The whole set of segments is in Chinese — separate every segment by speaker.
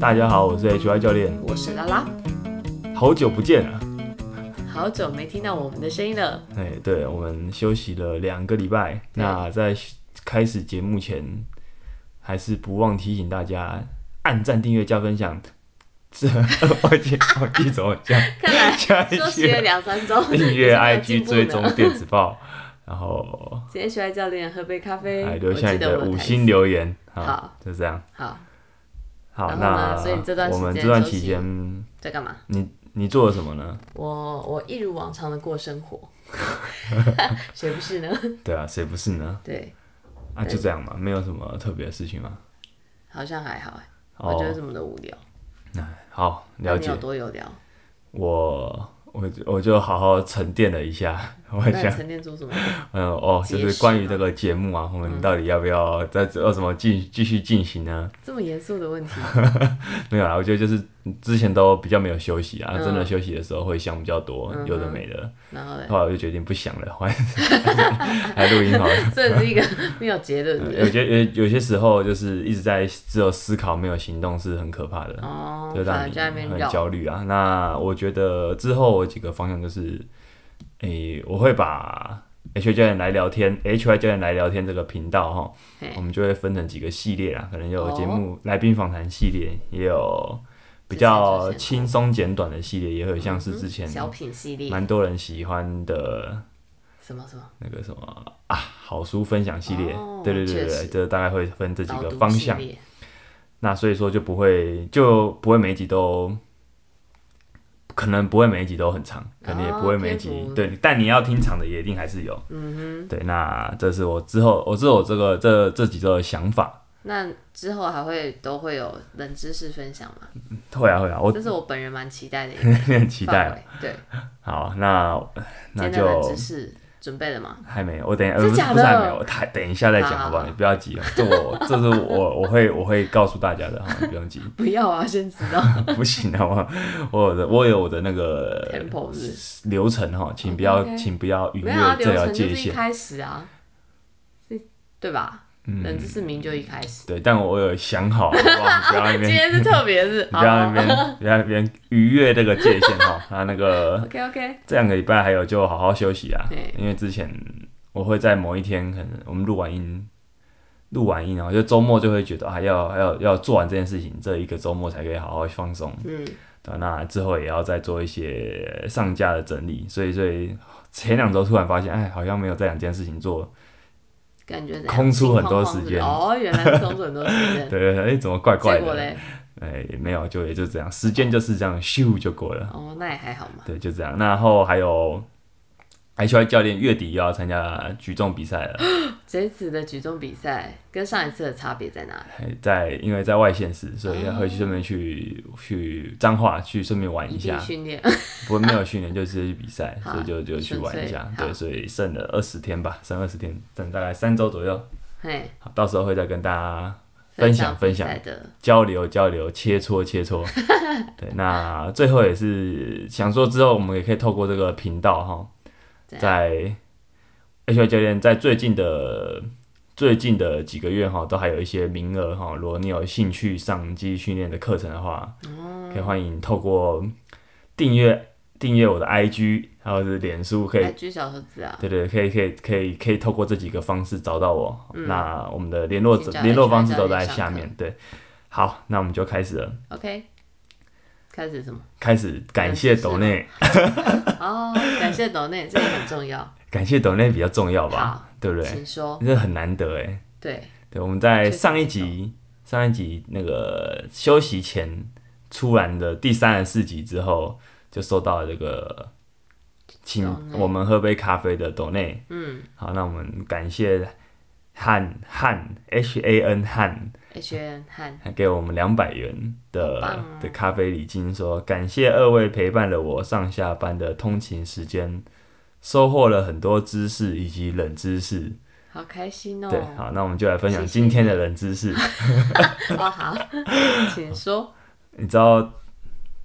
Speaker 1: 大家好，我是 HY 教练，
Speaker 2: 我是拉拉，
Speaker 1: 好久不见啊！
Speaker 2: 嗯好久没听到我们的声 音了。
Speaker 1: 哎，对我们休息了两个礼拜，那在开始节目前，还是不忘提醒大家按赞、订阅、加分享。这 忘记忘记怎么讲，
Speaker 2: 看来
Speaker 1: 加一
Speaker 2: 休息了
Speaker 1: 些
Speaker 2: 两三周，
Speaker 1: 订阅
Speaker 2: 还是没有
Speaker 1: IG
Speaker 2: 进步
Speaker 1: 追
Speaker 2: 呢
Speaker 1: 踪电子 报，然后
Speaker 2: 今天喜欢教练喝杯咖啡，
Speaker 1: 来哎留
Speaker 2: 我
Speaker 1: 下
Speaker 2: 记
Speaker 1: 你
Speaker 2: 得
Speaker 1: 的
Speaker 2: 我有
Speaker 1: 五
Speaker 2: 台
Speaker 1: 星
Speaker 2: 词。
Speaker 1: 留言。
Speaker 2: 好，
Speaker 1: 就这样。
Speaker 2: 好，
Speaker 1: 好，
Speaker 2: 然后呢
Speaker 1: 那
Speaker 2: 所以你这段
Speaker 1: 我
Speaker 2: 时
Speaker 1: 们
Speaker 2: 间
Speaker 1: 这段
Speaker 2: 休
Speaker 1: 期
Speaker 2: 息
Speaker 1: 间，
Speaker 2: 在干嘛？
Speaker 1: 你你做了什么呢？
Speaker 2: 我我一如往常的过 生活，谁不是呢？
Speaker 1: 对啊，谁不是呢？
Speaker 2: 对，
Speaker 1: 啊，就这样嘛，没有什么特别的事情嘛。
Speaker 2: 好像还好哎，我觉得
Speaker 1: 哦，
Speaker 2: 这么的无聊。
Speaker 1: 好，
Speaker 2: 那
Speaker 1: 了
Speaker 2: 你
Speaker 1: 解
Speaker 2: 有。多有聊？
Speaker 1: 我我我就好好沉淀了一下，我
Speaker 2: 那 你
Speaker 1: 想，
Speaker 2: 沉淀出什么？
Speaker 1: 嗯，哦，就
Speaker 2: 解
Speaker 1: 是
Speaker 2: 释
Speaker 1: 关于
Speaker 2: 吗
Speaker 1: 这个节目啊，我
Speaker 2: 嗯
Speaker 1: 们到底要不要再要怎么进继续进行呢？
Speaker 2: 这么严肃的问题？
Speaker 1: 没有啦，我觉得就是之前都比较没有休息啊，
Speaker 2: 嗯
Speaker 1: 真的休息的时候会想比较多，有的没的。
Speaker 2: 然后嘞，
Speaker 1: 后来我就决定不想了，还 来录音好了。
Speaker 2: 这是 一个没有结论的。
Speaker 1: 有些有有些时候就是一直在只有思考没有行动是很可怕的，
Speaker 2: 哦
Speaker 1: 就，让
Speaker 2: 反
Speaker 1: 你
Speaker 2: 正在那边
Speaker 1: 很
Speaker 2: 绕。
Speaker 1: 焦虑啊。那我觉得之后我有几个方向就是，诶、我会把 H Y 教练来聊天，H Y 教练来聊天这个频道哈
Speaker 2: 嘿，
Speaker 1: 我们就会分成几个系列啊，可能有
Speaker 2: 哦
Speaker 1: 节目、来宾访谈系列，也有比
Speaker 2: 之前之
Speaker 1: 较
Speaker 2: 前
Speaker 1: 轻松简短的系列，也有像是
Speaker 2: 嗯
Speaker 1: 之前
Speaker 2: 小品系列
Speaker 1: 蛮多人喜欢的
Speaker 2: 什么什么
Speaker 1: 那个什么啊，好书分享系列，
Speaker 2: 哦
Speaker 1: 对对对
Speaker 2: 确
Speaker 1: 对，
Speaker 2: 实
Speaker 1: 这大概会分这几
Speaker 2: 导
Speaker 1: 个
Speaker 2: 读
Speaker 1: 方
Speaker 2: 系
Speaker 1: 向。
Speaker 2: 列
Speaker 1: 那所以说就不会就不会每一集都，可能不会每一集都很长，可能也不会每一集、
Speaker 2: 篇幅
Speaker 1: 对，但你要听长的也一定还是有。
Speaker 2: 哦嗯
Speaker 1: 对，那这是我之后我这是我这个这这几周的想法
Speaker 2: 哼，。那之后还会都会有冷知识分享嘛？
Speaker 1: 会啊会啊，我
Speaker 2: 这是我本人蛮期待的一个
Speaker 1: 很期待
Speaker 2: 范
Speaker 1: 哦。
Speaker 2: 围。对，
Speaker 1: 好， 那
Speaker 2: 今
Speaker 1: 那
Speaker 2: 天的冷
Speaker 1: 就
Speaker 2: 知识准备了吗？
Speaker 1: 还没，我等一下，呃
Speaker 2: 真
Speaker 1: 不是
Speaker 2: 假的
Speaker 1: 不是还没有，我还等一下再讲，
Speaker 2: 好
Speaker 1: 好不好？
Speaker 2: 好
Speaker 1: 你不要急哦，这我这是我我会我会告诉大家的，哈，你不用急。
Speaker 2: 不要啊，先知道
Speaker 1: 不行好不好？我有的我有我的那 个
Speaker 2: tempo 是
Speaker 1: 流程哈，请不要
Speaker 2: OK，OK
Speaker 1: 请不要逾
Speaker 2: 哦没
Speaker 1: 越
Speaker 2: 有啊，
Speaker 1: 这
Speaker 2: 流
Speaker 1: 条
Speaker 2: 程就
Speaker 1: 界
Speaker 2: 是一
Speaker 1: 限。
Speaker 2: 开始啊，是对吧？冷知识
Speaker 1: 嗯
Speaker 2: 名就一开始。
Speaker 1: 对，但我有想好， 好不好？不要在那
Speaker 2: 今
Speaker 1: 边，
Speaker 2: 天是特 别日
Speaker 1: 不要在那
Speaker 2: 啊。
Speaker 1: 边，不要在那边逾越这个界限哈。那那 个
Speaker 2: OK OK，
Speaker 1: 这两个礼拜还有就好好休息啊
Speaker 2: 对，
Speaker 1: 因为之前我会在某一天，可能我们录完音。录完音哦，就周末就会觉得啊，要要要做完这件事情，这一个周末才可以好好放松。
Speaker 2: 嗯，
Speaker 1: 对，那之后也要再做一些上架的整理，所以所以前两周突然发现，哎，好像没有这两件事情做，
Speaker 2: 感觉怎样
Speaker 1: 空出很多时
Speaker 2: 心
Speaker 1: 间
Speaker 2: 慌慌是不是哦，原来是空出很多时间。
Speaker 1: 对对对，哎，怎么怪怪
Speaker 2: 结果
Speaker 1: 的？
Speaker 2: 嘞，
Speaker 1: 哎，也没有，就也就这样，时间就是这样咻就过了，
Speaker 2: 哦，那也还好嘛。
Speaker 1: 对，就这样。然后还有 H Y 教练月底又要参加举重比赛了，
Speaker 2: 这次的举重比赛跟上一次的差别在哪里？
Speaker 1: 哎在因为在外县市，所以要回去顺便去去彰化去顺便玩一
Speaker 2: 异
Speaker 1: 下
Speaker 2: 地，训练，
Speaker 1: 不过没有训练，就直接去比赛，
Speaker 2: 好
Speaker 1: 所以就就去玩一下
Speaker 2: 纯。粹
Speaker 1: 对，
Speaker 2: 好
Speaker 1: 所以剩了二十天吧，剩二十天，剩大概三周左右。
Speaker 2: 嘿，
Speaker 1: 好，到时候会再跟大家分享分享
Speaker 2: 比赛的，
Speaker 1: 交流交流，切磋切磋。对，那最后也是想说，之后我们也可以透过这个频道哈，
Speaker 2: 怎样
Speaker 1: 在 H Y 教练在最近的最近的几个月哈，都还有一些名额哈。如果你有兴趣上肌训练的课程的话，可以欢迎透过订阅订阅我的 I G 还有是脸书，可以
Speaker 2: 还举小盒子啊，
Speaker 1: 对对，可以可以可以可以透过这几个方式找到我。那我们的联络者
Speaker 2: 请教
Speaker 1: 联络
Speaker 2: HR
Speaker 1: 方式都
Speaker 2: 教
Speaker 1: 在
Speaker 2: 练上
Speaker 1: 下面。对，好，那我们就开始了，
Speaker 2: ，OK，开始 什么？
Speaker 1: 开始感谢
Speaker 2: 是吗
Speaker 1: 抖内，
Speaker 2: 哦，感谢抖内，这个很重要，
Speaker 1: 感谢抖内比较重要吧
Speaker 2: 好，
Speaker 1: 对不对？
Speaker 2: 请说，
Speaker 1: 这很难得哎。
Speaker 2: 对，
Speaker 1: 对，我们在
Speaker 2: 确实
Speaker 1: 上一
Speaker 2: 没错
Speaker 1: 集上一集那个休息前出完的第三十四集之后，就收到了这个。请
Speaker 2: 抖内
Speaker 1: 我们喝杯咖啡的抖内，
Speaker 2: 嗯
Speaker 1: 好，那我们感谢汉汉 H A N 汉
Speaker 2: ，H N 和
Speaker 1: 还给我们两百元的、
Speaker 2: 好棒哦
Speaker 1: 的咖啡礼金说，感谢二位陪伴了我上下班的通勤时间，收获了很多知识以及冷知识。
Speaker 2: 好开心
Speaker 1: 对，
Speaker 2: 哦，
Speaker 1: 好，那我们就来分享
Speaker 2: 谢谢
Speaker 1: 今天的冷知 识。
Speaker 2: 哦好，请说，
Speaker 1: 你知道，你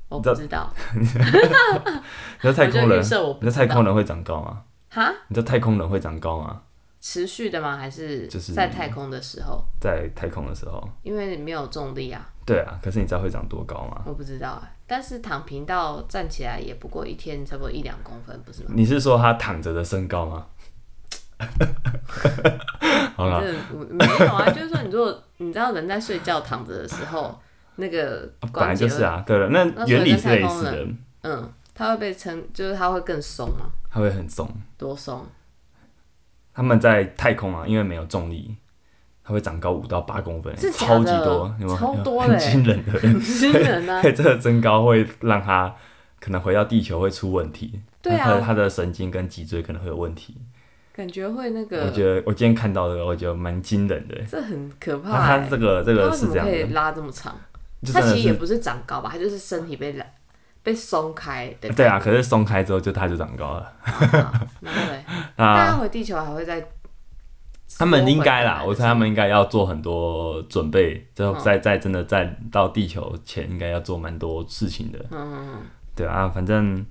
Speaker 2: 我不知道，
Speaker 1: 知道太空
Speaker 2: 我就
Speaker 1: 人，
Speaker 2: 预设我
Speaker 1: 你
Speaker 2: 不
Speaker 1: 知道
Speaker 2: 知道
Speaker 1: 太空人会长高吗？
Speaker 2: 哈，
Speaker 1: 你知道太空人会长高吗？
Speaker 2: 持续的吗？还是
Speaker 1: 就是
Speaker 2: 在太空的时候？
Speaker 1: 在太空的时候。
Speaker 2: 因为没有重力啊，
Speaker 1: 对啊，可是你知道会长多高吗？
Speaker 2: 我不知道啊。但是躺平到站起来也不过一天，差不多一两公分，不是吗？
Speaker 1: 你是说他躺着的身高吗？好啦，
Speaker 2: 这我没有啊，就是说，你如果你知道人在睡觉躺着的时候，那个
Speaker 1: 本来
Speaker 2: 关节
Speaker 1: 就
Speaker 2: 会，
Speaker 1: 是啊，对了，那
Speaker 2: 那所以
Speaker 1: 原理
Speaker 2: 跟
Speaker 1: 是
Speaker 2: 太
Speaker 1: 类
Speaker 2: 空
Speaker 1: 似的，
Speaker 2: 嗯，它会被撑，就是它会更松 嘛，
Speaker 1: 它会很松。
Speaker 2: 多松。
Speaker 1: 他们在太空啊，因为没有重力，它会长高五到八公分，
Speaker 2: 是假
Speaker 1: 超级
Speaker 2: 的
Speaker 1: 多，有没有
Speaker 2: 超 多
Speaker 1: 很
Speaker 2: 的欸
Speaker 1: 惊人的。
Speaker 2: 很惊人 啊！
Speaker 1: 对，这个增高会让它可能回到地球会出问题，
Speaker 2: 对
Speaker 1: 它的
Speaker 2: 啊，
Speaker 1: 它的神经跟脊椎可能会有问题。
Speaker 2: 感觉会那
Speaker 1: 我
Speaker 2: 个，
Speaker 1: 觉得我今天看到这个，我觉得蛮惊人的欸。
Speaker 2: 这很可
Speaker 1: 那
Speaker 2: 怕、
Speaker 1: 它
Speaker 2: 欸。
Speaker 1: 这个这
Speaker 2: 它
Speaker 1: 个
Speaker 2: 为什
Speaker 1: 是
Speaker 2: 么
Speaker 1: 这样
Speaker 2: 可以
Speaker 1: 的，
Speaker 2: 拉这么长？
Speaker 1: 就
Speaker 2: 它
Speaker 1: 真
Speaker 2: 其
Speaker 1: 的
Speaker 2: 实也
Speaker 1: 是
Speaker 2: 不是长高吧，它就是身体被拉被松开的。
Speaker 1: 对啊，可是松开之后就它就长高了
Speaker 2: 然后嘞，
Speaker 1: 啊。
Speaker 2: 大家回地球还会再，
Speaker 1: 他们应该啦，我猜
Speaker 2: 猜
Speaker 1: 他们应该要做很多准备，就在在真的在到地球前，应该要做蛮多事情的。嗯，对啊，反正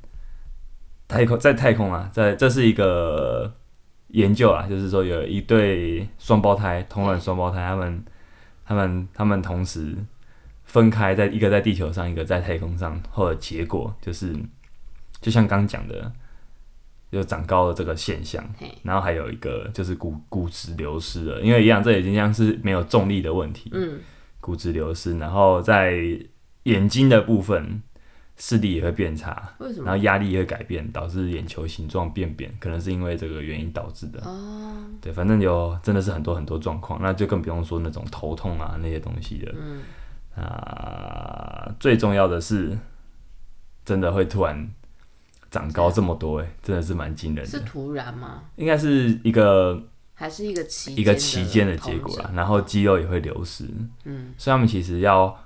Speaker 1: 太空在太空啊，在这是一个研究啊，就是说有一对双胞胎，同卵双胞胎，他们他们他们同时分开在一个在地球上，一个在太空上，后的结果就是就像刚讲的，就长高的这个现象
Speaker 2: 嘿，
Speaker 1: 然后还有一个就是骨骨质流失了，因为一样，这已经像是没有重力的问题，
Speaker 2: 嗯，
Speaker 1: 骨质流失，然后在眼睛的部分视力也会变差，
Speaker 2: 为什
Speaker 1: 然
Speaker 2: 么？
Speaker 1: 后压力也会改变，导致眼球形状变扁，可能是因为这个原因导致的。
Speaker 2: 哦，
Speaker 1: 对，反正有真的是很多很多状况，那就更不用说那种头痛啊那些东西了。
Speaker 2: 嗯，
Speaker 1: 啊、最重要的是，真的会突然长高这么多、欸，真的是蛮惊人
Speaker 2: 是
Speaker 1: 的。
Speaker 2: 突然吗？
Speaker 1: 应该是一个
Speaker 2: 还是一个期
Speaker 1: 一个期间的结果
Speaker 2: 啦
Speaker 1: 啦，。然后肌肉也会流失，
Speaker 2: 嗯，
Speaker 1: 所以他们其实要，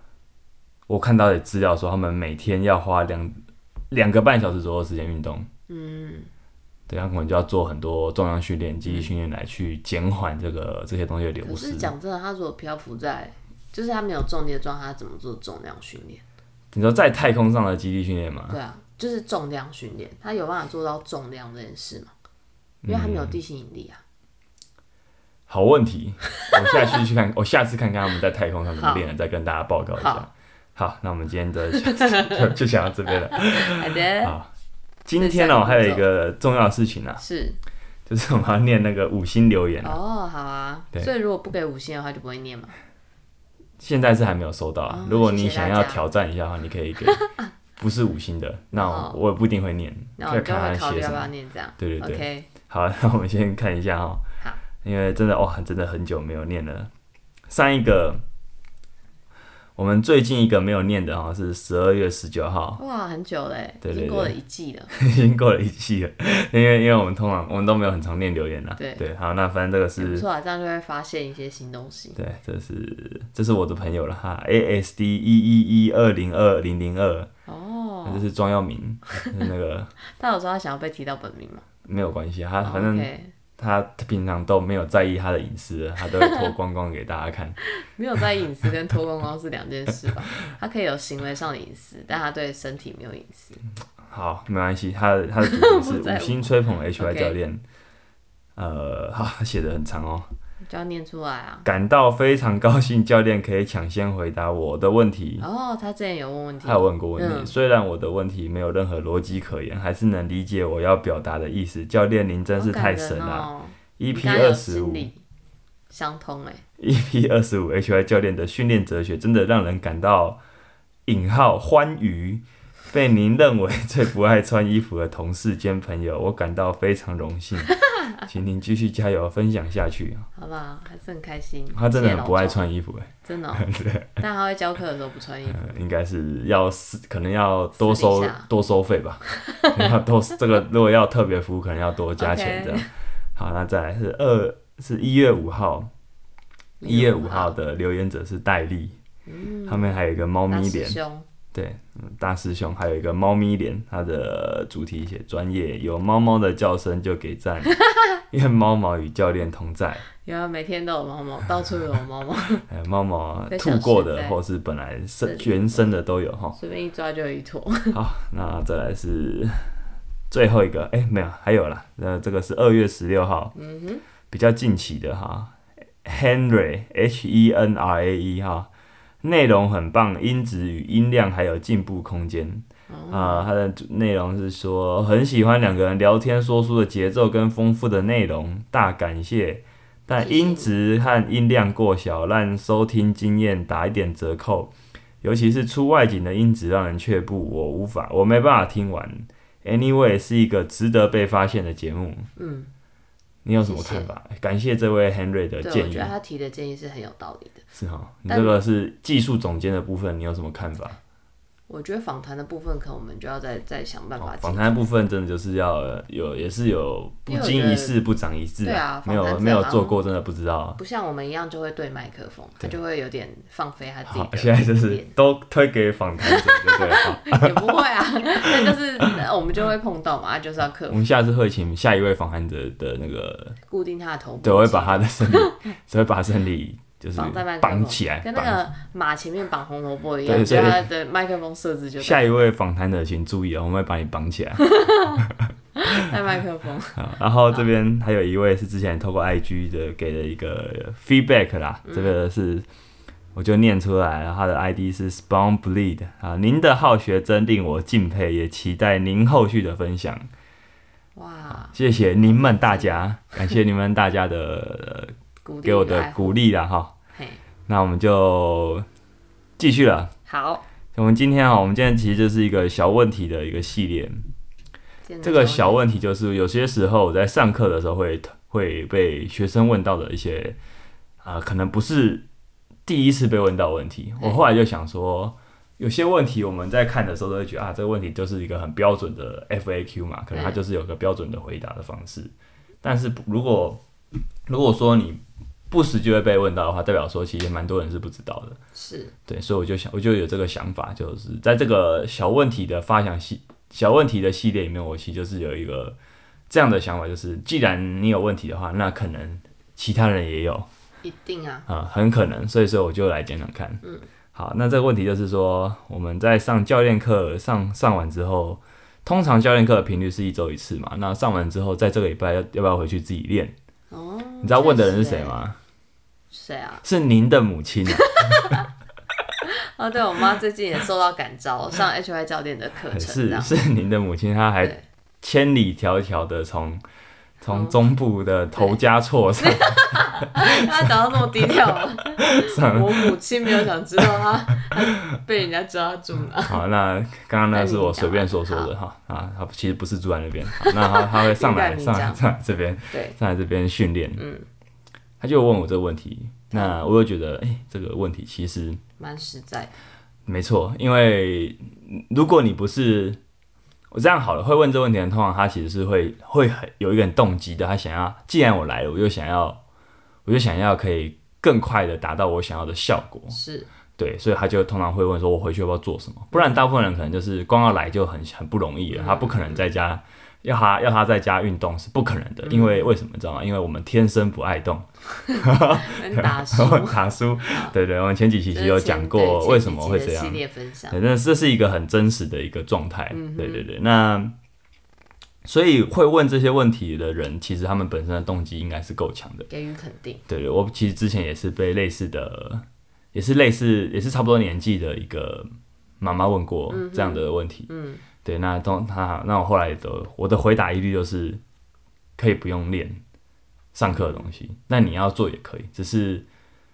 Speaker 1: 我看到的资料说，他们每天要花两两个半小时左右的时间运动，
Speaker 2: 嗯，
Speaker 1: 对，他可能就要做很多重量训练、肌力训练来去减缓这个这些东西的
Speaker 2: 可
Speaker 1: 流失
Speaker 2: 是。讲真的，他如果漂浮在，就是他没有重力的状态，他怎么做重量训练？
Speaker 1: 你说在太空上的肌力训练嘛，
Speaker 2: 对啊，就是重量训练，他有办法做到重量这件事吗？因为他
Speaker 1: 嗯
Speaker 2: 没有地心引力啊。
Speaker 1: 好问 题，我下次去看，我下次看看他们在太空上怎么
Speaker 2: 好
Speaker 1: 练的，再跟大家报告一下
Speaker 2: 好。
Speaker 1: 好，那我们今天的 就就讲到这边了。
Speaker 2: 好的，
Speaker 1: 今天呢、
Speaker 2: 这三个步骤
Speaker 1: 还有一个重要的事情啊，
Speaker 2: 是
Speaker 1: 就是我们要念那个五星留言啊。
Speaker 2: 哦，好啊。
Speaker 1: 对
Speaker 2: 所以如果不给五星的话，就不 会念嘛。
Speaker 1: 现在是还没有收到啊。
Speaker 2: 哦
Speaker 1: 如果你想要
Speaker 2: 谢谢大家
Speaker 1: 挑战一下的话，你可以 给不是五星的，那
Speaker 2: 哦
Speaker 1: 我也不一定会念，
Speaker 2: 那我们就
Speaker 1: 看
Speaker 2: 会
Speaker 1: 他
Speaker 2: 考虑
Speaker 1: 写
Speaker 2: 要
Speaker 1: 什
Speaker 2: 不要
Speaker 1: 么。
Speaker 2: 念这样。
Speaker 1: 对对对
Speaker 2: OK，
Speaker 1: 好，那我们先看一下哈
Speaker 2: 好，
Speaker 1: 因为真的哇，真的很久没有念了。上一个我们最近一个没有念的哈是十二月十九号，
Speaker 2: 哇，很久嘞，
Speaker 1: 对对
Speaker 2: 已经
Speaker 1: 对
Speaker 2: 过了一季了。
Speaker 1: 已经过了一季了，因为因为我们通常我们都没有很常念留言啦。
Speaker 2: 对
Speaker 1: 对，好，那反正这个
Speaker 2: 也不
Speaker 1: 是。
Speaker 2: 错啊，这样就会发现一些新东西。
Speaker 1: 对，这是这是我的朋友了哈，ASD 一一一 E 二零二零零二，
Speaker 2: 哦，
Speaker 1: 这是庄耀明，是那个
Speaker 2: 但有时候他想要被提到本名嘛。
Speaker 1: 没有关系，啊他
Speaker 2: 哦
Speaker 1: 反正
Speaker 2: OK，
Speaker 1: 他平常都没有在意他的隐私了，他 都会脱光光给大家看。
Speaker 2: 没有在意隐私跟脱光光是两件事吧？ 他可以有行为上的隐私，但他对身体没有隐私。
Speaker 1: 好，没关系，他的他的 主题是
Speaker 2: 不在
Speaker 1: 五
Speaker 2: 乎
Speaker 1: 星吹捧 HY
Speaker 2: OK
Speaker 1: 教练。呃，哈，他写的很长哦。
Speaker 2: 就要念出来啊。
Speaker 1: 感到非常高兴，教练可以抢先回答我的问题。
Speaker 2: 哦，他之前有问问题
Speaker 1: 嗯他，有问过问题，
Speaker 2: 嗯
Speaker 1: 虽然我的问题没有任何逻辑可言，还是能理解我要表达的意思。教练您真是
Speaker 2: 好感
Speaker 1: 太神
Speaker 2: 人
Speaker 1: 了、
Speaker 2: 哦
Speaker 1: e
Speaker 2: 你
Speaker 1: p
Speaker 2: 刚刚有
Speaker 1: 二十
Speaker 2: 心
Speaker 1: 五，
Speaker 2: 理相通哎，
Speaker 1: EP 二十五 HY 教练的训练哲学，真的让人感到引号欢愉。被您认为最不爱穿衣服的同事兼朋友，我感到非常荣 幸，请您继续加油，分享下去。
Speaker 2: 好不好？还是很开心。
Speaker 1: 他真的
Speaker 2: 谢谢
Speaker 1: 很
Speaker 2: 老
Speaker 1: 不爱
Speaker 2: 周，
Speaker 1: 穿衣服、欸，
Speaker 2: 真的哦、 但他会教课的时候不穿衣服，
Speaker 1: 嗯应该是要私，可能要多收
Speaker 2: 私底下
Speaker 1: 多收费吧， 可能要多这个如果要特别服务，可能要多加钱
Speaker 2: OK
Speaker 1: 这样。好，那再来是二是一月五号，一月五号，的留言者是戴丽，
Speaker 2: 嗯，
Speaker 1: 后面还有一个猫
Speaker 2: 大
Speaker 1: 咪
Speaker 2: 师
Speaker 1: 脸。
Speaker 2: 兄，
Speaker 1: 对，嗯大师兄还有一个猫咪脸，它的主题写专业，有猫猫的叫声就给 赞，愿猫毛与教练同在。
Speaker 2: 有啊，每天都有猫猫，到处有猫 猫，
Speaker 1: 呃，猫毛
Speaker 2: 在
Speaker 1: 吐
Speaker 2: 小
Speaker 1: 过
Speaker 2: 时
Speaker 1: 的
Speaker 2: 代
Speaker 1: 或是本来
Speaker 2: 是
Speaker 1: 生原生的都有哈。
Speaker 2: 随便一抓就有一坨。
Speaker 1: 好，那再来是最后一个，哎、没有，还有啦，那这个是二月十六号，
Speaker 2: 嗯哼，
Speaker 1: 比较近期的哈，Henry H E N R A E 哈，内容很棒，音质与音量还有进步空间。
Speaker 2: 哦
Speaker 1: 啊、它的内容是说很喜欢两个人聊天说书的节奏跟丰富的内容，大感谢。但音质和音量过小，让收听经验打一点折扣，尤其是出外景的音质让人却步，我无法，我没办法听完。Anyway，是一个值得被发现的节目。
Speaker 2: 嗯，
Speaker 1: 你有什么
Speaker 2: 谢谢
Speaker 1: 看法？感谢这位 Henry 的
Speaker 2: 对，我
Speaker 1: 呃建
Speaker 2: 觉
Speaker 1: 议
Speaker 2: 得，他提的建议是很有道理的。
Speaker 1: 是哈。你
Speaker 2: 但
Speaker 1: 这个是技术总监的部分，你有什么看法？
Speaker 2: 我觉得访谈的部分，可能我们就要再再想办法
Speaker 1: 哦
Speaker 2: 解决。
Speaker 1: 访谈的部分真的就是要呃有，也是有不
Speaker 2: 因为我觉
Speaker 1: 经
Speaker 2: 得
Speaker 1: 一事不长一智
Speaker 2: 对啊
Speaker 1: 没
Speaker 2: 访谈
Speaker 1: 有
Speaker 2: 真的
Speaker 1: 没有
Speaker 2: 好像
Speaker 1: 做过真的不知道啊。
Speaker 2: 不像我们一样就会对麦克风，他就会有点放飞他自己
Speaker 1: 好，
Speaker 2: 的。
Speaker 1: 现在就是 都推给访谈者，对不对？好，
Speaker 2: 也不会啊，但就是呃我们就会碰到嘛，就是要克
Speaker 1: 我
Speaker 2: 服，
Speaker 1: 们下次会请下一位访谈者的那个，
Speaker 2: 固定他的头部，
Speaker 1: 对，我会把他的身体，只会把他身体就是
Speaker 2: 绑在麦克风
Speaker 1: 绑起来，
Speaker 2: 跟那
Speaker 1: 绑。
Speaker 2: 个马前面绑红萝卜一样，
Speaker 1: 对
Speaker 2: 就
Speaker 1: 所以
Speaker 2: 他的麦克风设置就
Speaker 1: 下一位访谈者请注意哦，我们会把你绑起来。
Speaker 2: 带麦克风，
Speaker 1: 好啊然后这边还有一位是之前透过 IG 的给了一个 feedback 啦，这个是我就念出来了，他的 ID 是 Spawn Bleed 啊，您的好学真令我敬佩，也期待您后续的分享，
Speaker 2: 哇，
Speaker 1: 谢谢您们大 家，感谢你们大家的、
Speaker 2: 鼓
Speaker 1: 呃
Speaker 2: 励
Speaker 1: 给我
Speaker 2: 与爱
Speaker 1: 的
Speaker 2: 护，
Speaker 1: 鼓励啊啦哈，
Speaker 2: 嘿，
Speaker 1: 那我们就继续了。
Speaker 2: 好，
Speaker 1: 我们今天啊，我们今天其实就是一个小问题的一个系列，
Speaker 2: 今天的
Speaker 1: 这个
Speaker 2: 小
Speaker 1: 小问题就是，有些时候我在上课的时候会会被学生问到的一些，啊、可能不是第一次被问到的问题。我
Speaker 2: 嗯
Speaker 1: 后来就想说，有些问题我们在看的时候都会觉得啊，这个问题就是一个很标准的 FAQ 嘛，可能它
Speaker 2: 嗯
Speaker 1: 就是有个标准的回答的方式。但是不如果如果说你不时就会被问到的话，代表说其实蛮多人是不知道的。
Speaker 2: 是
Speaker 1: 对，所以我就想，我就有这个想法，就是在这个小问题的发想系小问题的系列里面，我其实就是有一个这样的想法，就是既然你有问题的话，那可能其他人也有啊、
Speaker 2: 一定啊，
Speaker 1: 很可能，所以说我就来讲讲看。嗯，好，那这个问题就是说，我们在上教练课上上完之后，通常教练课的频率是一周一次嘛，那上完之后，在这个礼拜要要不要回去自己练？
Speaker 2: 哦，
Speaker 1: 你知道问的人是
Speaker 2: 确实
Speaker 1: 谁
Speaker 2: 欸？
Speaker 1: 吗？
Speaker 2: 谁啊？
Speaker 1: 是您的母亲、啊。
Speaker 2: 哦，对我妈最近也受到感召，上 H Y 教练的课程，这
Speaker 1: 是
Speaker 2: 样
Speaker 1: 是您的母亲，她还
Speaker 2: 对
Speaker 1: 千里迢迢的从从
Speaker 2: 哦
Speaker 1: 中部的头家厝上
Speaker 2: 他讲到那么低调，
Speaker 1: 上。
Speaker 2: 我母亲没有想知道他， 他被人家抓住 了。
Speaker 1: 好，那刚刚那是我随便说说的哈啊，她其实不是住在那边，好那她她会上来
Speaker 2: 应该你
Speaker 1: 上来
Speaker 2: 讲
Speaker 1: 上来这边
Speaker 2: 对，
Speaker 1: 上来这边训练，
Speaker 2: 嗯，
Speaker 1: 她就问我这个问题，那我就觉得哎、这个问题其实
Speaker 2: 蛮实在的。
Speaker 1: 没错，因为嗯如果你不是我这样好了，会问这个问题的人，通常他其实是会会很有一点动机的，他想要，既然我来了，我就想要，我就想要可以更快的达到我想要的效果，
Speaker 2: 是，
Speaker 1: 对，所以他就通常会问说，我回去要不要做什么？不然大部分人可能就是光要来就很很不容
Speaker 2: 嗯
Speaker 1: 易了，他不可能在家。要他要他在家运动是不可能的，
Speaker 2: 嗯
Speaker 1: 因为为什么你知道吗？因为我们天生不爱 动，
Speaker 2: 很打
Speaker 1: 我
Speaker 2: 输。
Speaker 1: 们卡叔，对对，我们前几期其
Speaker 2: 就是
Speaker 1: 实有
Speaker 2: 前
Speaker 1: 讲
Speaker 2: 对
Speaker 1: 过
Speaker 2: 前
Speaker 1: 为
Speaker 2: 几
Speaker 1: 什么
Speaker 2: 集
Speaker 1: 会
Speaker 2: 的
Speaker 1: 这样
Speaker 2: 系，列分享，
Speaker 1: 对，但是这是一个很真实的一个状态。对对对，那所以会问这些问题的人，其实他们本身的动机应该是够强的。
Speaker 2: 给予肯定。
Speaker 1: 对对，我其实之前也是被类似的，也是类似，也是差不多年纪的一个妈妈问过这样的问题。
Speaker 2: 嗯，
Speaker 1: 对，那都他那我后来的我的回答一律就是可以不用练上课的东西，那你要做也可以，只是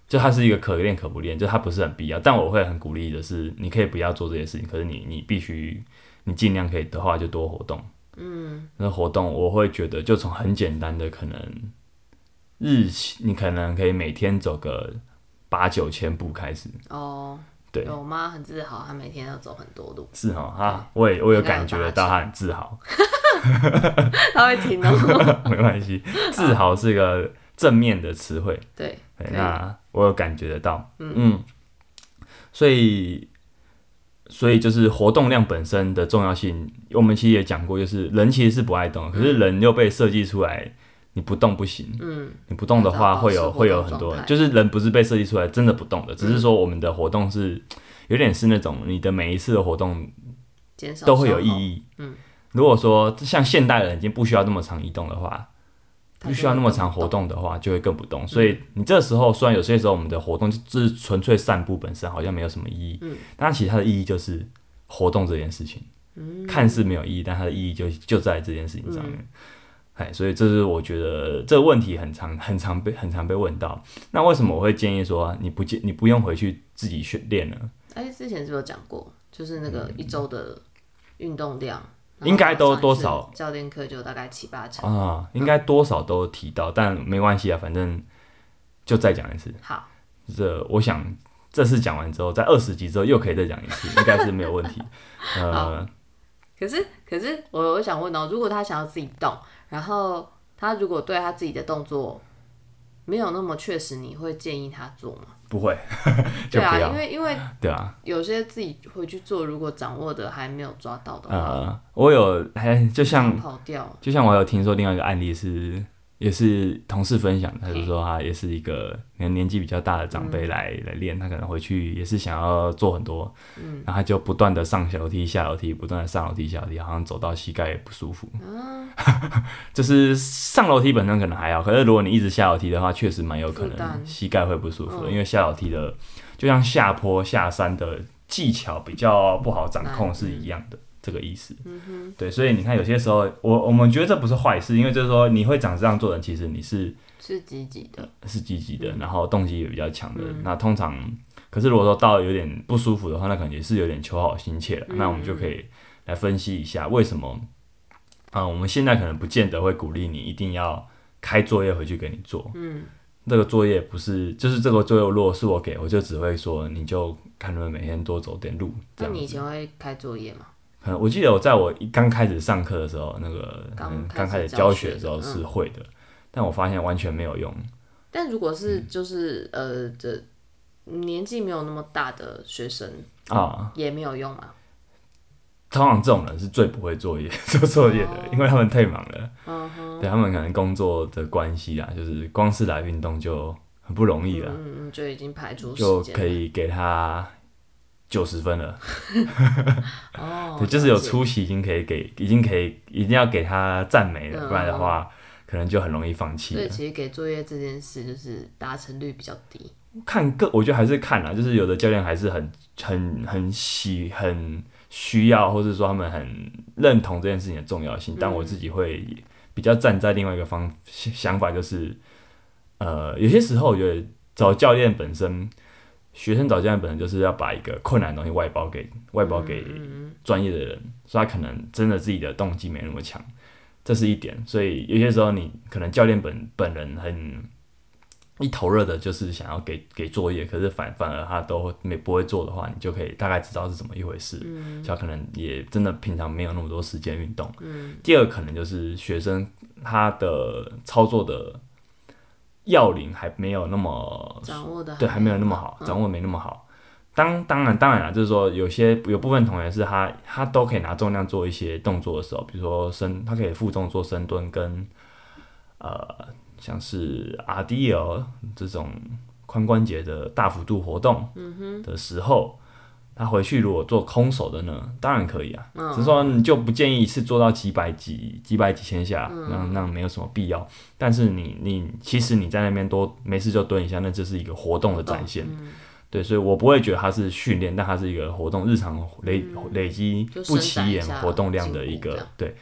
Speaker 1: 就它是一个可练可不练，就它不是很必要。但我会很鼓励的是，你可以不要做这些事情，可是你你必须你尽量可以的话就多活动。嗯，那活动我会觉得就从很简单的可能日期，你可能可以每天走个八九千步开始。
Speaker 2: 哦，
Speaker 1: 对
Speaker 2: 我妈很自豪，她每天要走很 多路，
Speaker 1: 是哦，哈，我也我有
Speaker 2: 应该有
Speaker 1: 感觉
Speaker 2: 八
Speaker 1: 得到他很自豪。
Speaker 2: 她会听哦。
Speaker 1: 没关系，自豪是个正面的词汇。
Speaker 2: 对，
Speaker 1: 对
Speaker 2: 可，以
Speaker 1: 那我有感觉得到，嗯所以所以就是活动量本身的重要性，我们其实也讲过，就是人其实是不爱动的，可是人又被设计出来，你不动不行，
Speaker 2: 嗯，
Speaker 1: 你不动的话
Speaker 2: 要保
Speaker 1: 会
Speaker 2: 持
Speaker 1: 有
Speaker 2: 活动
Speaker 1: 会有很多
Speaker 2: 状态，
Speaker 1: 就是人不是被设计出来真的不动的，只是说我们的活动是有点是那种你的每一次的活动
Speaker 2: 减少
Speaker 1: 都会有意
Speaker 2: 伤害。
Speaker 1: 义。
Speaker 2: 哦嗯，
Speaker 1: 如果说像现代人已经不需要这么常移动的话，
Speaker 2: 它
Speaker 1: 不需要那么长活动的话，就会更不
Speaker 2: 嗯
Speaker 1: 动。所以你这时候虽然有些时候我们的活动就就是纯粹散步本身好像没有什么意义，
Speaker 2: 嗯
Speaker 1: 但其实它的意义就是活动这件事情，
Speaker 2: 嗯
Speaker 1: 看似没有意义，但它的意义就就在这件事情上面。哎，所以这是我觉得这个问题很常、很常被、很常被问到。那为什么我会建议说你不建、你不用回去自己训练呢？
Speaker 2: 哎，之前是不是有讲过，就是那个一周的运动量，然后
Speaker 1: 嗯应该都
Speaker 2: 上一次
Speaker 1: 多少
Speaker 2: 教练课就大概七八成。
Speaker 1: 啊，应该多少都提到，但没关系啊，反正就再讲一次。
Speaker 2: 好，
Speaker 1: 这我想这次讲完之后，在二十集之后又可以再讲一次，应该是没有问题。呃，
Speaker 2: 可是可是我我想问哦，如果他想要自己动，然后他如果对他自己的动作没有那么确实，你会建议他做吗？
Speaker 1: 不会，就
Speaker 2: 对
Speaker 1: 不
Speaker 2: 啊，
Speaker 1: 要
Speaker 2: 因，为因为
Speaker 1: 对啊，
Speaker 2: 有些自己回去做，如果掌握的还没有抓到的话，
Speaker 1: 呃，我有，还就像
Speaker 2: 跑掉，
Speaker 1: 就像我有听说另外一个案例是，也是同事分享的，他就说他也是一个年年纪比较大的长
Speaker 2: 嗯
Speaker 1: 辈来、来练，他可能回去也是想要做很多，
Speaker 2: 嗯
Speaker 1: 然后他就不断的上小楼梯、下楼梯，不断的上楼梯、下楼梯，好像走到膝盖也不舒服。
Speaker 2: 啊
Speaker 1: 就是上楼梯本身可能还好，可是如果你一直下楼梯的话，确实蛮有可
Speaker 2: 负担嗯
Speaker 1: 能膝盖会不舒服的，因为下楼梯的就像下坡下山的技巧比较不好掌控是一样的，这个意思。对，所以你看，有些时候我我们觉得这不是坏事，因为就是说你会长这样做的人，其实你是
Speaker 2: 是积极的，
Speaker 1: 是积极
Speaker 2: 嗯
Speaker 1: 的，然后动机也比较强的。那通常，可是如果说到有点不舒服的话，那可能也是有点求好心切
Speaker 2: 嗯
Speaker 1: 了。那我们就可以来分析一下为什么，啊、我们现在可能不见得会鼓励你一定要开作业回去给你做。嗯，这个作业不是，就是这个作业如果是我给，我就只会说你就看能不能每天多走点路。这
Speaker 2: 那
Speaker 1: 样
Speaker 2: 你以前会开作业吗？
Speaker 1: 可能我记得我在我一刚开始上课的时候，那个
Speaker 2: 刚
Speaker 1: 嗯
Speaker 2: 开
Speaker 1: 刚
Speaker 2: 始
Speaker 1: 开始
Speaker 2: 教
Speaker 1: 教
Speaker 2: 学
Speaker 1: 学的时候
Speaker 2: 的
Speaker 1: 是会的，但我发现完全没有用。
Speaker 2: 但如果是就是、呃，这嗯年纪没有那么大的学生
Speaker 1: 啊，
Speaker 2: 也没有用嘛。
Speaker 1: 通常这种人是最不会作业、 做作业的，因为他们太忙了。
Speaker 2: 哦嗯哼，
Speaker 1: 对他们可能工作的关系啊，就是光是来运动就很不容易了，
Speaker 2: 嗯嗯，就已经排除
Speaker 1: 啊就
Speaker 2: 时间
Speaker 1: 可以给他九十分了。
Speaker 2: 哦，
Speaker 1: 对，就是有
Speaker 2: 了解
Speaker 1: 出息已经可以给，已经可以一定要给他赞美了，
Speaker 2: 嗯
Speaker 1: 不然的话可能就很容易放弃
Speaker 2: 所以
Speaker 1: 了。
Speaker 2: 其实给作业这件事，就是达成率比较低。
Speaker 1: 看个，我觉得还是看啦，就是有的教练还是很很很喜很需要，或是说他们很认同这件事情的重要性。但我自己会比较站在另外一个方想想法，就是呃，有些时候我觉得找教练本身，学生找教练本身就是要把一个困难的东西外包给外包给专业的人，所以他可能真的自己的动机没那么强，这是一点。所以有些时候你可能教练本本人很一头热的，就是想要给给作业，可是反反而他都没不会做的话，你就可以大概知道是怎么一回事。小、可能也真的平常没有那么多时间运动。第二可能就是学生他的操作的要领还没有那么
Speaker 2: 掌握的
Speaker 1: 对，还没有那么好，掌握没那么好。当当然当然了，就是说有些有部分同学是他他都可以拿重量做一些动作的时候，比如说深，他可以负重做深蹲跟呃像是 RDL 这种髋关节的大幅度活动的时候，他回去如果做空手的呢，当然可以啊，只是说你就不建议一次做到几百几几百几千下，那那没有什么必要。但是你你其实你在那边多没事就蹲一下，那就是一个活动的展现。对，所以我不会觉得它是训练，但它是一个活动，日常累、累积
Speaker 2: 就
Speaker 1: 不
Speaker 2: 伸展
Speaker 1: 起
Speaker 2: 一
Speaker 1: 眼
Speaker 2: 下
Speaker 1: 活动量的
Speaker 2: 筋
Speaker 1: 一
Speaker 2: 骨这
Speaker 1: 个
Speaker 2: 样
Speaker 1: 对。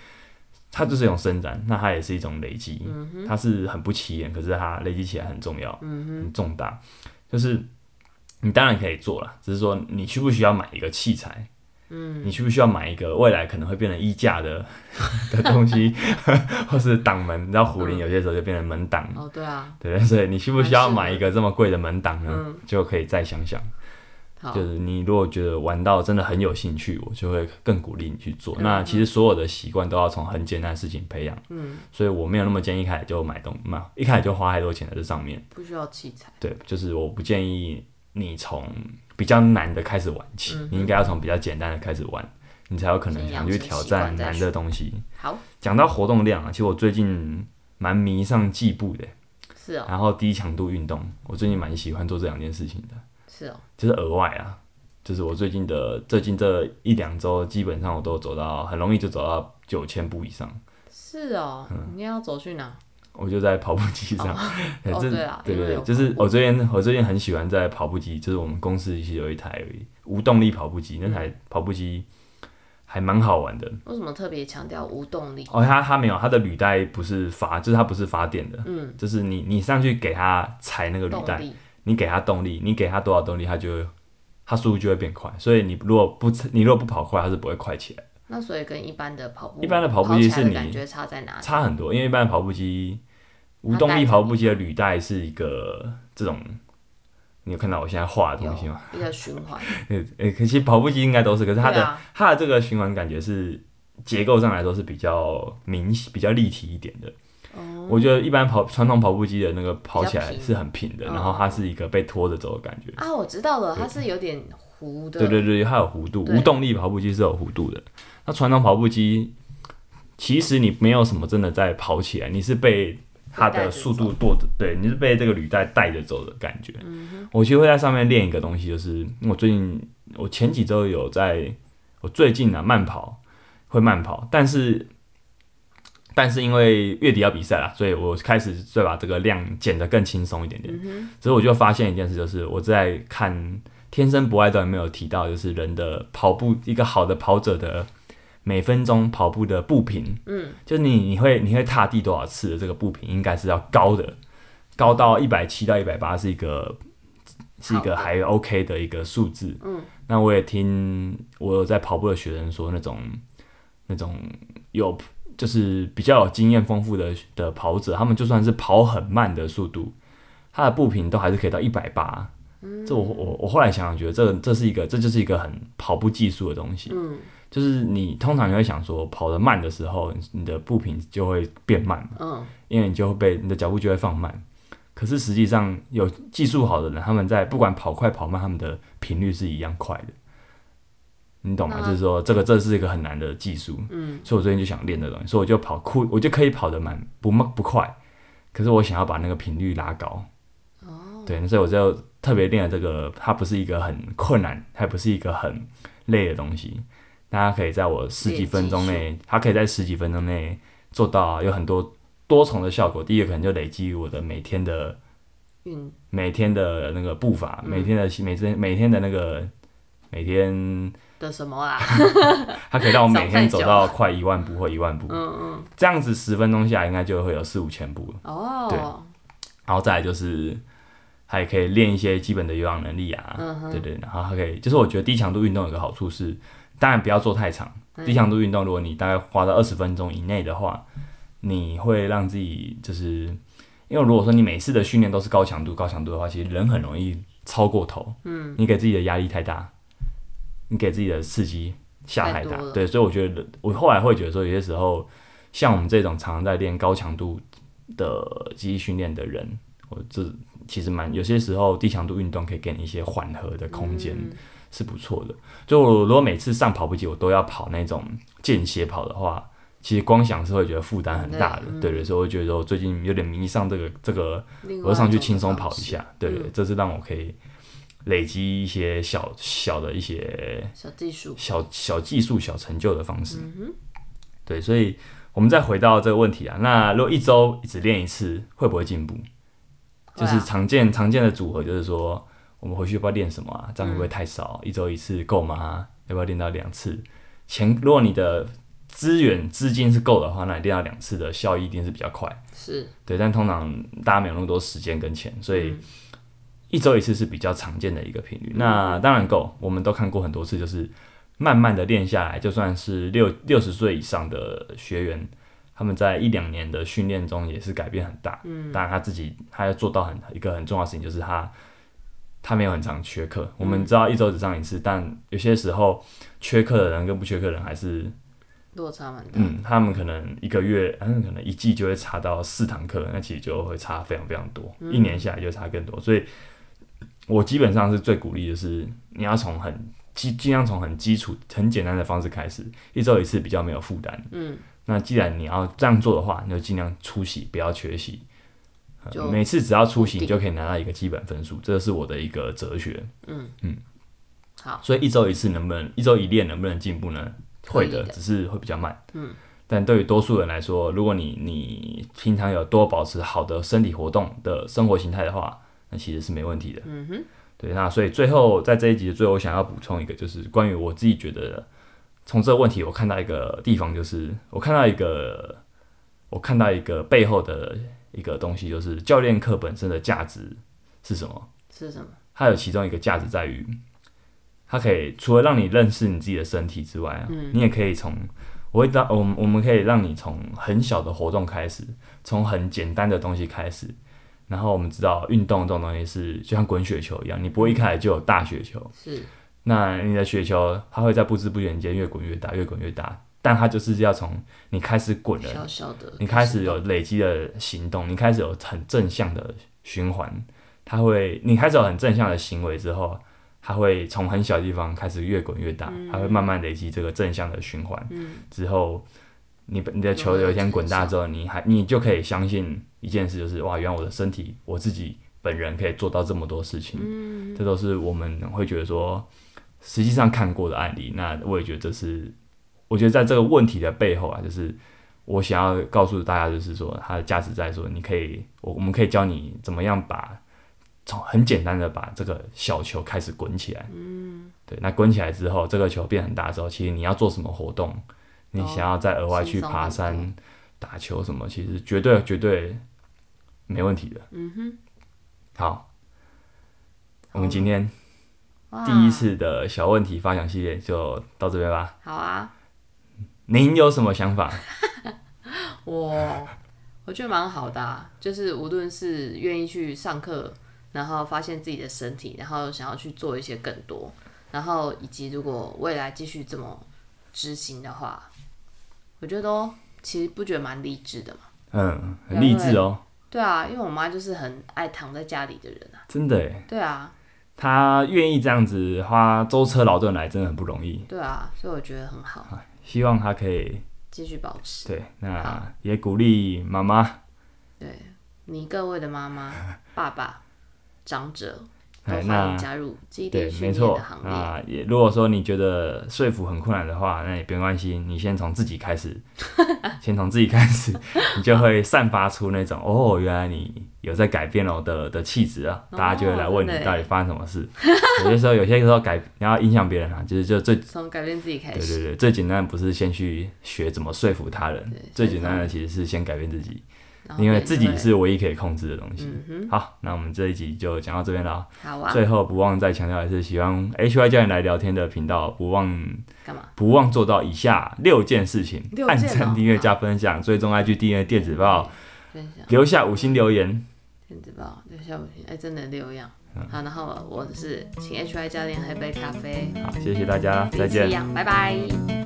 Speaker 1: 它就是一种伸展，那它也是一种累积，它是很不起眼，可是它累积起来很重要，很重大。就是你当然可以做了，只是说你需不需要买一个器材？嗯，你需不需要买一个未来可能会变成衣架 的的东西，或是挡门？你知道虎林有些时候就变成门挡，
Speaker 2: 哦，对啊，
Speaker 1: 对，所以你需不需要
Speaker 2: 还是
Speaker 1: 买一个这么嗯贵的嗯门挡呢？就可以再想想。
Speaker 2: 好
Speaker 1: 就，是你如果觉得玩到真的很有兴趣，我就会更鼓励你去做。那其实所有的习惯都要从很简单的事情培养，嗯，所以我没有那么建议一开始就买东嘛，一开始就花太多钱在这上面。
Speaker 2: 不需要器材。
Speaker 1: 对，就是我不建议你从比较难的开始玩起，你应该要从比较简单的开始玩，你才有可能
Speaker 2: 嗯先
Speaker 1: 想
Speaker 2: 养
Speaker 1: 去
Speaker 2: 成
Speaker 1: 挑
Speaker 2: 习惯
Speaker 1: 战
Speaker 2: 再
Speaker 1: 难的东西。
Speaker 2: 好，
Speaker 1: 讲到活动量啊，其实我最近蛮迷上计步的，
Speaker 2: 是哦，
Speaker 1: 然后低强度运动，我最近蛮喜欢做这两件事情的。
Speaker 2: 是哦，
Speaker 1: 就是额外啊，就是我最近的最近这一两周，基本上我都走到很容易就走到九千步以上。
Speaker 2: 是哦。你要走去哪？
Speaker 1: 我就在跑步机上。 对
Speaker 2: 哦
Speaker 1: 这
Speaker 2: 对啊
Speaker 1: 对
Speaker 2: 因为
Speaker 1: 对
Speaker 2: 有
Speaker 1: 对，就是我最近我最近很喜欢在跑步机，就是我们公司其实有一台无动力跑步机，那台跑步机还蛮好玩的。
Speaker 2: 为什么特别强调无动力？
Speaker 1: 哦，它它没有，它的履带不是发，就是它不是发电的，
Speaker 2: 嗯，
Speaker 1: 就是你你上去给它踩那个履
Speaker 2: 动
Speaker 1: 带，
Speaker 2: 力
Speaker 1: 你给它动力，你给它多少动力，它就会它速度就会变快。所以你如果不你如果不跑快，它是不会快起来。
Speaker 2: 那所以跟一般的跑步，
Speaker 1: 一般的
Speaker 2: 跑
Speaker 1: 跑步机
Speaker 2: 起来
Speaker 1: 是
Speaker 2: 的
Speaker 1: 你
Speaker 2: 感觉差在哪里？
Speaker 1: 差很多，因为一般的跑步机无动力跑步机的履带是一个这种，你有看到我现在画的东西吗？
Speaker 2: 有一个循环，
Speaker 1: 呃呃，可惜跑步机应该都是，可是它
Speaker 2: 对
Speaker 1: 的、
Speaker 2: 啊
Speaker 1: 它的这个循环感觉是结构上来说是比较明比较立体一点的。
Speaker 2: 哦
Speaker 1: 我觉得一般跑传统跑步机的那个跑起来
Speaker 2: 嗯比较平
Speaker 1: 是很平的，
Speaker 2: 嗯
Speaker 1: 然后它是一个被拖着走的感觉。
Speaker 2: 啊，我知道了，它是有点糊的，
Speaker 1: 对对对，它有弧度，
Speaker 2: 对
Speaker 1: 无动力跑步机是有弧度的。那传统跑步机，其实你没有什么真的在跑起来，你是被它
Speaker 2: 被带
Speaker 1: 的
Speaker 2: 着
Speaker 1: 速度剁着，对，你是被这个履带带着走的感觉。我其实会在上面练一个东西，就是我最近，我前几周有在，我最近啊慢跑会慢跑，但是。但是因为月底要比赛啦，所以我开始再把这个量减得更轻松一点点。只是我就发现一件事，就是我在看天生不爱动也没有提到，就是人的跑步一个好的跑者的每分钟跑步的步频，嗯，就是你你会你会踏地多少次的这个步频应该是要高的，高到一百七到一百八是一个是一个
Speaker 2: 好的
Speaker 1: 还 OK 的一个数字，嗯，那我也听我有在跑步的学生说那种那种有。就是比较有经验丰富的的跑者，他们就算是跑很慢的速度，他的步频都还是可以到一百八，
Speaker 2: 嗯
Speaker 1: 这我我我后来想想，觉得这这是一个这就是一个很跑步技术的东西。
Speaker 2: 嗯，
Speaker 1: 就是你通常你会想说，跑得慢的时候，你的步频就会变慢嘛，
Speaker 2: 嗯，
Speaker 1: 因为你就会被你的脚步就会放慢。可是实际上，有技术好的人，他们在不管跑快跑慢，他们的频率是一样快的。你懂吗？
Speaker 2: 那
Speaker 1: 就是说，这个这是一个很难的技术。
Speaker 2: 嗯，
Speaker 1: 所以我最近就想练这东西，所以我就跑酷，我就可以跑得慢，不慢不快，可是我想要把那个频率拉高。
Speaker 2: 嗯
Speaker 1: 哦，对，所以我就特别练了这个，它不是一个很困难，它也不是一个很累的东西。大家可以在我十几分钟内，它可以在十几分钟内做到啊有很多多重的效果。第一个可能就累积我的每天的
Speaker 2: 运
Speaker 1: 每天的那个步伐，
Speaker 2: 嗯
Speaker 1: 每天的每天每天的那个每天，
Speaker 2: 的什么啦？
Speaker 1: 它可以让我每
Speaker 2: 少太
Speaker 1: 天
Speaker 2: 久
Speaker 1: 走到快一万步或一万步。
Speaker 2: 嗯
Speaker 1: 这样子十分钟下来应该就会有四五千步了
Speaker 2: 嗯，哦，
Speaker 1: 然后再来就是还可以练一些基本的有氧能力啊，
Speaker 2: 嗯哼
Speaker 1: 对对，然后还可以，就是我觉得低强度运动有个好处是，当然不要做太长，
Speaker 2: 嗯
Speaker 1: 低强度运动如果你大概花到二十分钟以内的话，你会让自己就是，因为如果说你每次的训练都是高强度高强度的话，其实人很容易超过头，嗯，你给自己的压力太大，你给自己的刺激下太
Speaker 2: 太
Speaker 1: 大
Speaker 2: 多了，
Speaker 1: 对，所以我觉得我后来会觉得说，有些时候像我们这种常常在练高强度的肌力训练的人，我这其实蛮有些时候低强度运动可以给你一些缓和的 空间，
Speaker 2: 嗯
Speaker 1: 是不错的。就我如果每次上跑步机我都要跑那种间歇跑的话，其实光想是会觉得负担很大的，
Speaker 2: 很累嗯
Speaker 1: 对对，所以我觉得我最近有点迷上这个这个
Speaker 2: 另
Speaker 1: 我
Speaker 2: 外
Speaker 1: 就上去
Speaker 2: 一种
Speaker 1: 轻松
Speaker 2: 方
Speaker 1: 跑一
Speaker 2: 式，
Speaker 1: 下，对对，这是让我可以累积一些小小的一些
Speaker 2: 小技术，
Speaker 1: 小小技术、小成就的方式。
Speaker 2: 嗯哼，
Speaker 1: 对，所以我们再回到这个问题啊，那如果一周只练一次，会不会进步？就
Speaker 2: 会
Speaker 1: 是
Speaker 2: 啊
Speaker 1: 常见常见的组合，就是说我们回去要不要练什么啊？这样
Speaker 2: 嗯
Speaker 1: 会不会太少？一周一次够吗？要不要练到两次？钱，如果你的资源资金是够的话，那你练到两次的效益一定是比较快。
Speaker 2: 是
Speaker 1: 对，但通常大家没有那么多时间跟钱，所以一周一次是比较常见的一个频率。那当然够，我们都看过很多次，就是慢慢的练下来，就算是六六十岁以上的学员，他们在一两年的训练中也是改变很大。嗯，当然他自己他要做到很一个很重要的事情，就是他他没有很常缺课。我们知道一周只上一次，但有些时候缺课的人跟不缺课的人还是
Speaker 2: 落差蛮大，
Speaker 1: 嗯，他们可能一个月，嗯，可能一季就会差到四堂课，那其实就会差非常非常多，
Speaker 2: 嗯
Speaker 1: 一年下来就差更多。所以，我基本上是最鼓励的是，你要从很基，尽量从很基础、很简单的方式开始，一周一次比较没有负担。
Speaker 2: 嗯，
Speaker 1: 那既然你要这样做的话，你就尽量出席，不要缺席。呃
Speaker 2: 就
Speaker 1: 每次只要出席，
Speaker 2: 固定
Speaker 1: 你就可以拿到一个基本分数，这是我的一个哲学。
Speaker 2: 好，
Speaker 1: 所以一周一次能不能一周一练能不能进步呢？会
Speaker 2: 可
Speaker 1: 的，
Speaker 2: 以的
Speaker 1: 只是会比较慢。嗯，但对于多数人来说，如果你你平常有多保持好的身体活动的生活形态的话，那其实是没问题的。
Speaker 2: 嗯哼，
Speaker 1: 对，那所以最后在这一集的最后，我想要补充一个，就是关于我自己觉得从这个问题我看到一个地方，就是我看到一个我看到一个背后的一个东西，就是教练课本身的价值是什么？
Speaker 2: 是什么？
Speaker 1: 它有其中一个价值在于，它可以除了让你认识你自己的身体之外啊，你也可以从我会让我们我们可以让你从很小的活动开始，从很简单的东西开始。然后我们知道运动这种东西是就像滚雪球一样，你不会一开始就有大雪球，
Speaker 2: 是
Speaker 1: 那你的雪球它会在不知不觉间越滚越大，越滚越大。但它就是要从你开始滚了，
Speaker 2: 小小的，
Speaker 1: 你开始有累积的行动，你开始有很正向的循环，它会，你开始有很正向的行为之后，它会从很小的地方开始越滚越大，它会慢慢累积这个正向的循环。之后，你你的球嗯有一天滚大之后，你还你就可以相信一件事，就是哇，原来我的身体，我自己本人可以做到这么多事情。这都是我们会觉得说，实际上看过的案例。那我也觉得这是，我觉得在这个问题的背后啊，就是。我想要告诉大家，就是说它的价值在说，你可以，我我们可以教你怎么样把从很简单的把这个小球开始滚起来。嗯，对，那滚起来之后，这个球变很大之后，其实你要做什么活动，你想要再额外去
Speaker 2: 轻松
Speaker 1: 爬
Speaker 2: 很
Speaker 1: 山、
Speaker 2: 多
Speaker 1: 打球什么，其实绝对绝对没问题的。嗯哼，好，我们今天
Speaker 2: 哇
Speaker 1: 第一次的小问题发想系列就到这边吧。
Speaker 2: 好啊，
Speaker 1: 您有什么想法？
Speaker 2: 我我觉得蛮好的、啊，就是无论是愿意去上课，然后发现自己的身体，然后想要去做一些更多，然后以及如果未来继续这么执行的话，我觉得都其实不觉得蛮励志的嘛。
Speaker 1: 嗯，很励志哦，
Speaker 2: 对啊，因为我妈就是很爱躺在家里的人啊。
Speaker 1: 真的耶。
Speaker 2: 对啊，
Speaker 1: 他愿意这样子花舟车劳顿来，真的很不容易。
Speaker 2: 对啊，所以我觉得很好，
Speaker 1: 希望他可以
Speaker 2: 继续保持。
Speaker 1: 对，那也鼓励妈妈，
Speaker 2: 对你各位的妈妈、 爸爸、长者都
Speaker 1: 哎
Speaker 2: 欢
Speaker 1: 那
Speaker 2: 迎加入基地
Speaker 1: 对，
Speaker 2: 训
Speaker 1: 没
Speaker 2: 练
Speaker 1: 错啊
Speaker 2: 的行。列。
Speaker 1: 那也如果说你觉得说服很困难的话，那也别关系，你先从自己开始， 先从自己开始，你就会散发出那种哦，原来你有在改变哦的的气质啊，
Speaker 2: 哦
Speaker 1: 大家就会来问
Speaker 2: 真的
Speaker 1: 你
Speaker 2: 耶
Speaker 1: 到底发生什么事。有些时候，有些时候改你要影响别人啊，就是就最
Speaker 2: 从改变自己开
Speaker 1: 对
Speaker 2: 始。
Speaker 1: 对对，最简单的不是先去学怎么说服他人
Speaker 2: 对，
Speaker 1: 最
Speaker 2: 先
Speaker 1: 简单的其实是先改变自己，
Speaker 2: 然后
Speaker 1: 因为
Speaker 2: 面
Speaker 1: 自己
Speaker 2: 对
Speaker 1: 是唯一可以控制的东西。
Speaker 2: 嗯哼，
Speaker 1: 好，那我们这一集就讲到这边了。
Speaker 2: 好啊，
Speaker 1: 最后不忘再强调一次，喜欢 HY 教练来聊天的频道，不忘
Speaker 2: 干嘛？
Speaker 1: 不忘做到以下六件事情：
Speaker 2: 六
Speaker 1: 按
Speaker 2: 件哦
Speaker 1: 赞、订阅、加分享、追踪 IG、订阅电子报、
Speaker 2: 分享
Speaker 1: 留下五星留言。
Speaker 2: 电子报留下五星，哎，真的六样。
Speaker 1: 嗯
Speaker 2: 好，然后我是请 HY 教练喝杯咖啡，
Speaker 1: 好，谢谢大家，再
Speaker 2: 彼此
Speaker 1: 见
Speaker 2: 一。样，拜拜。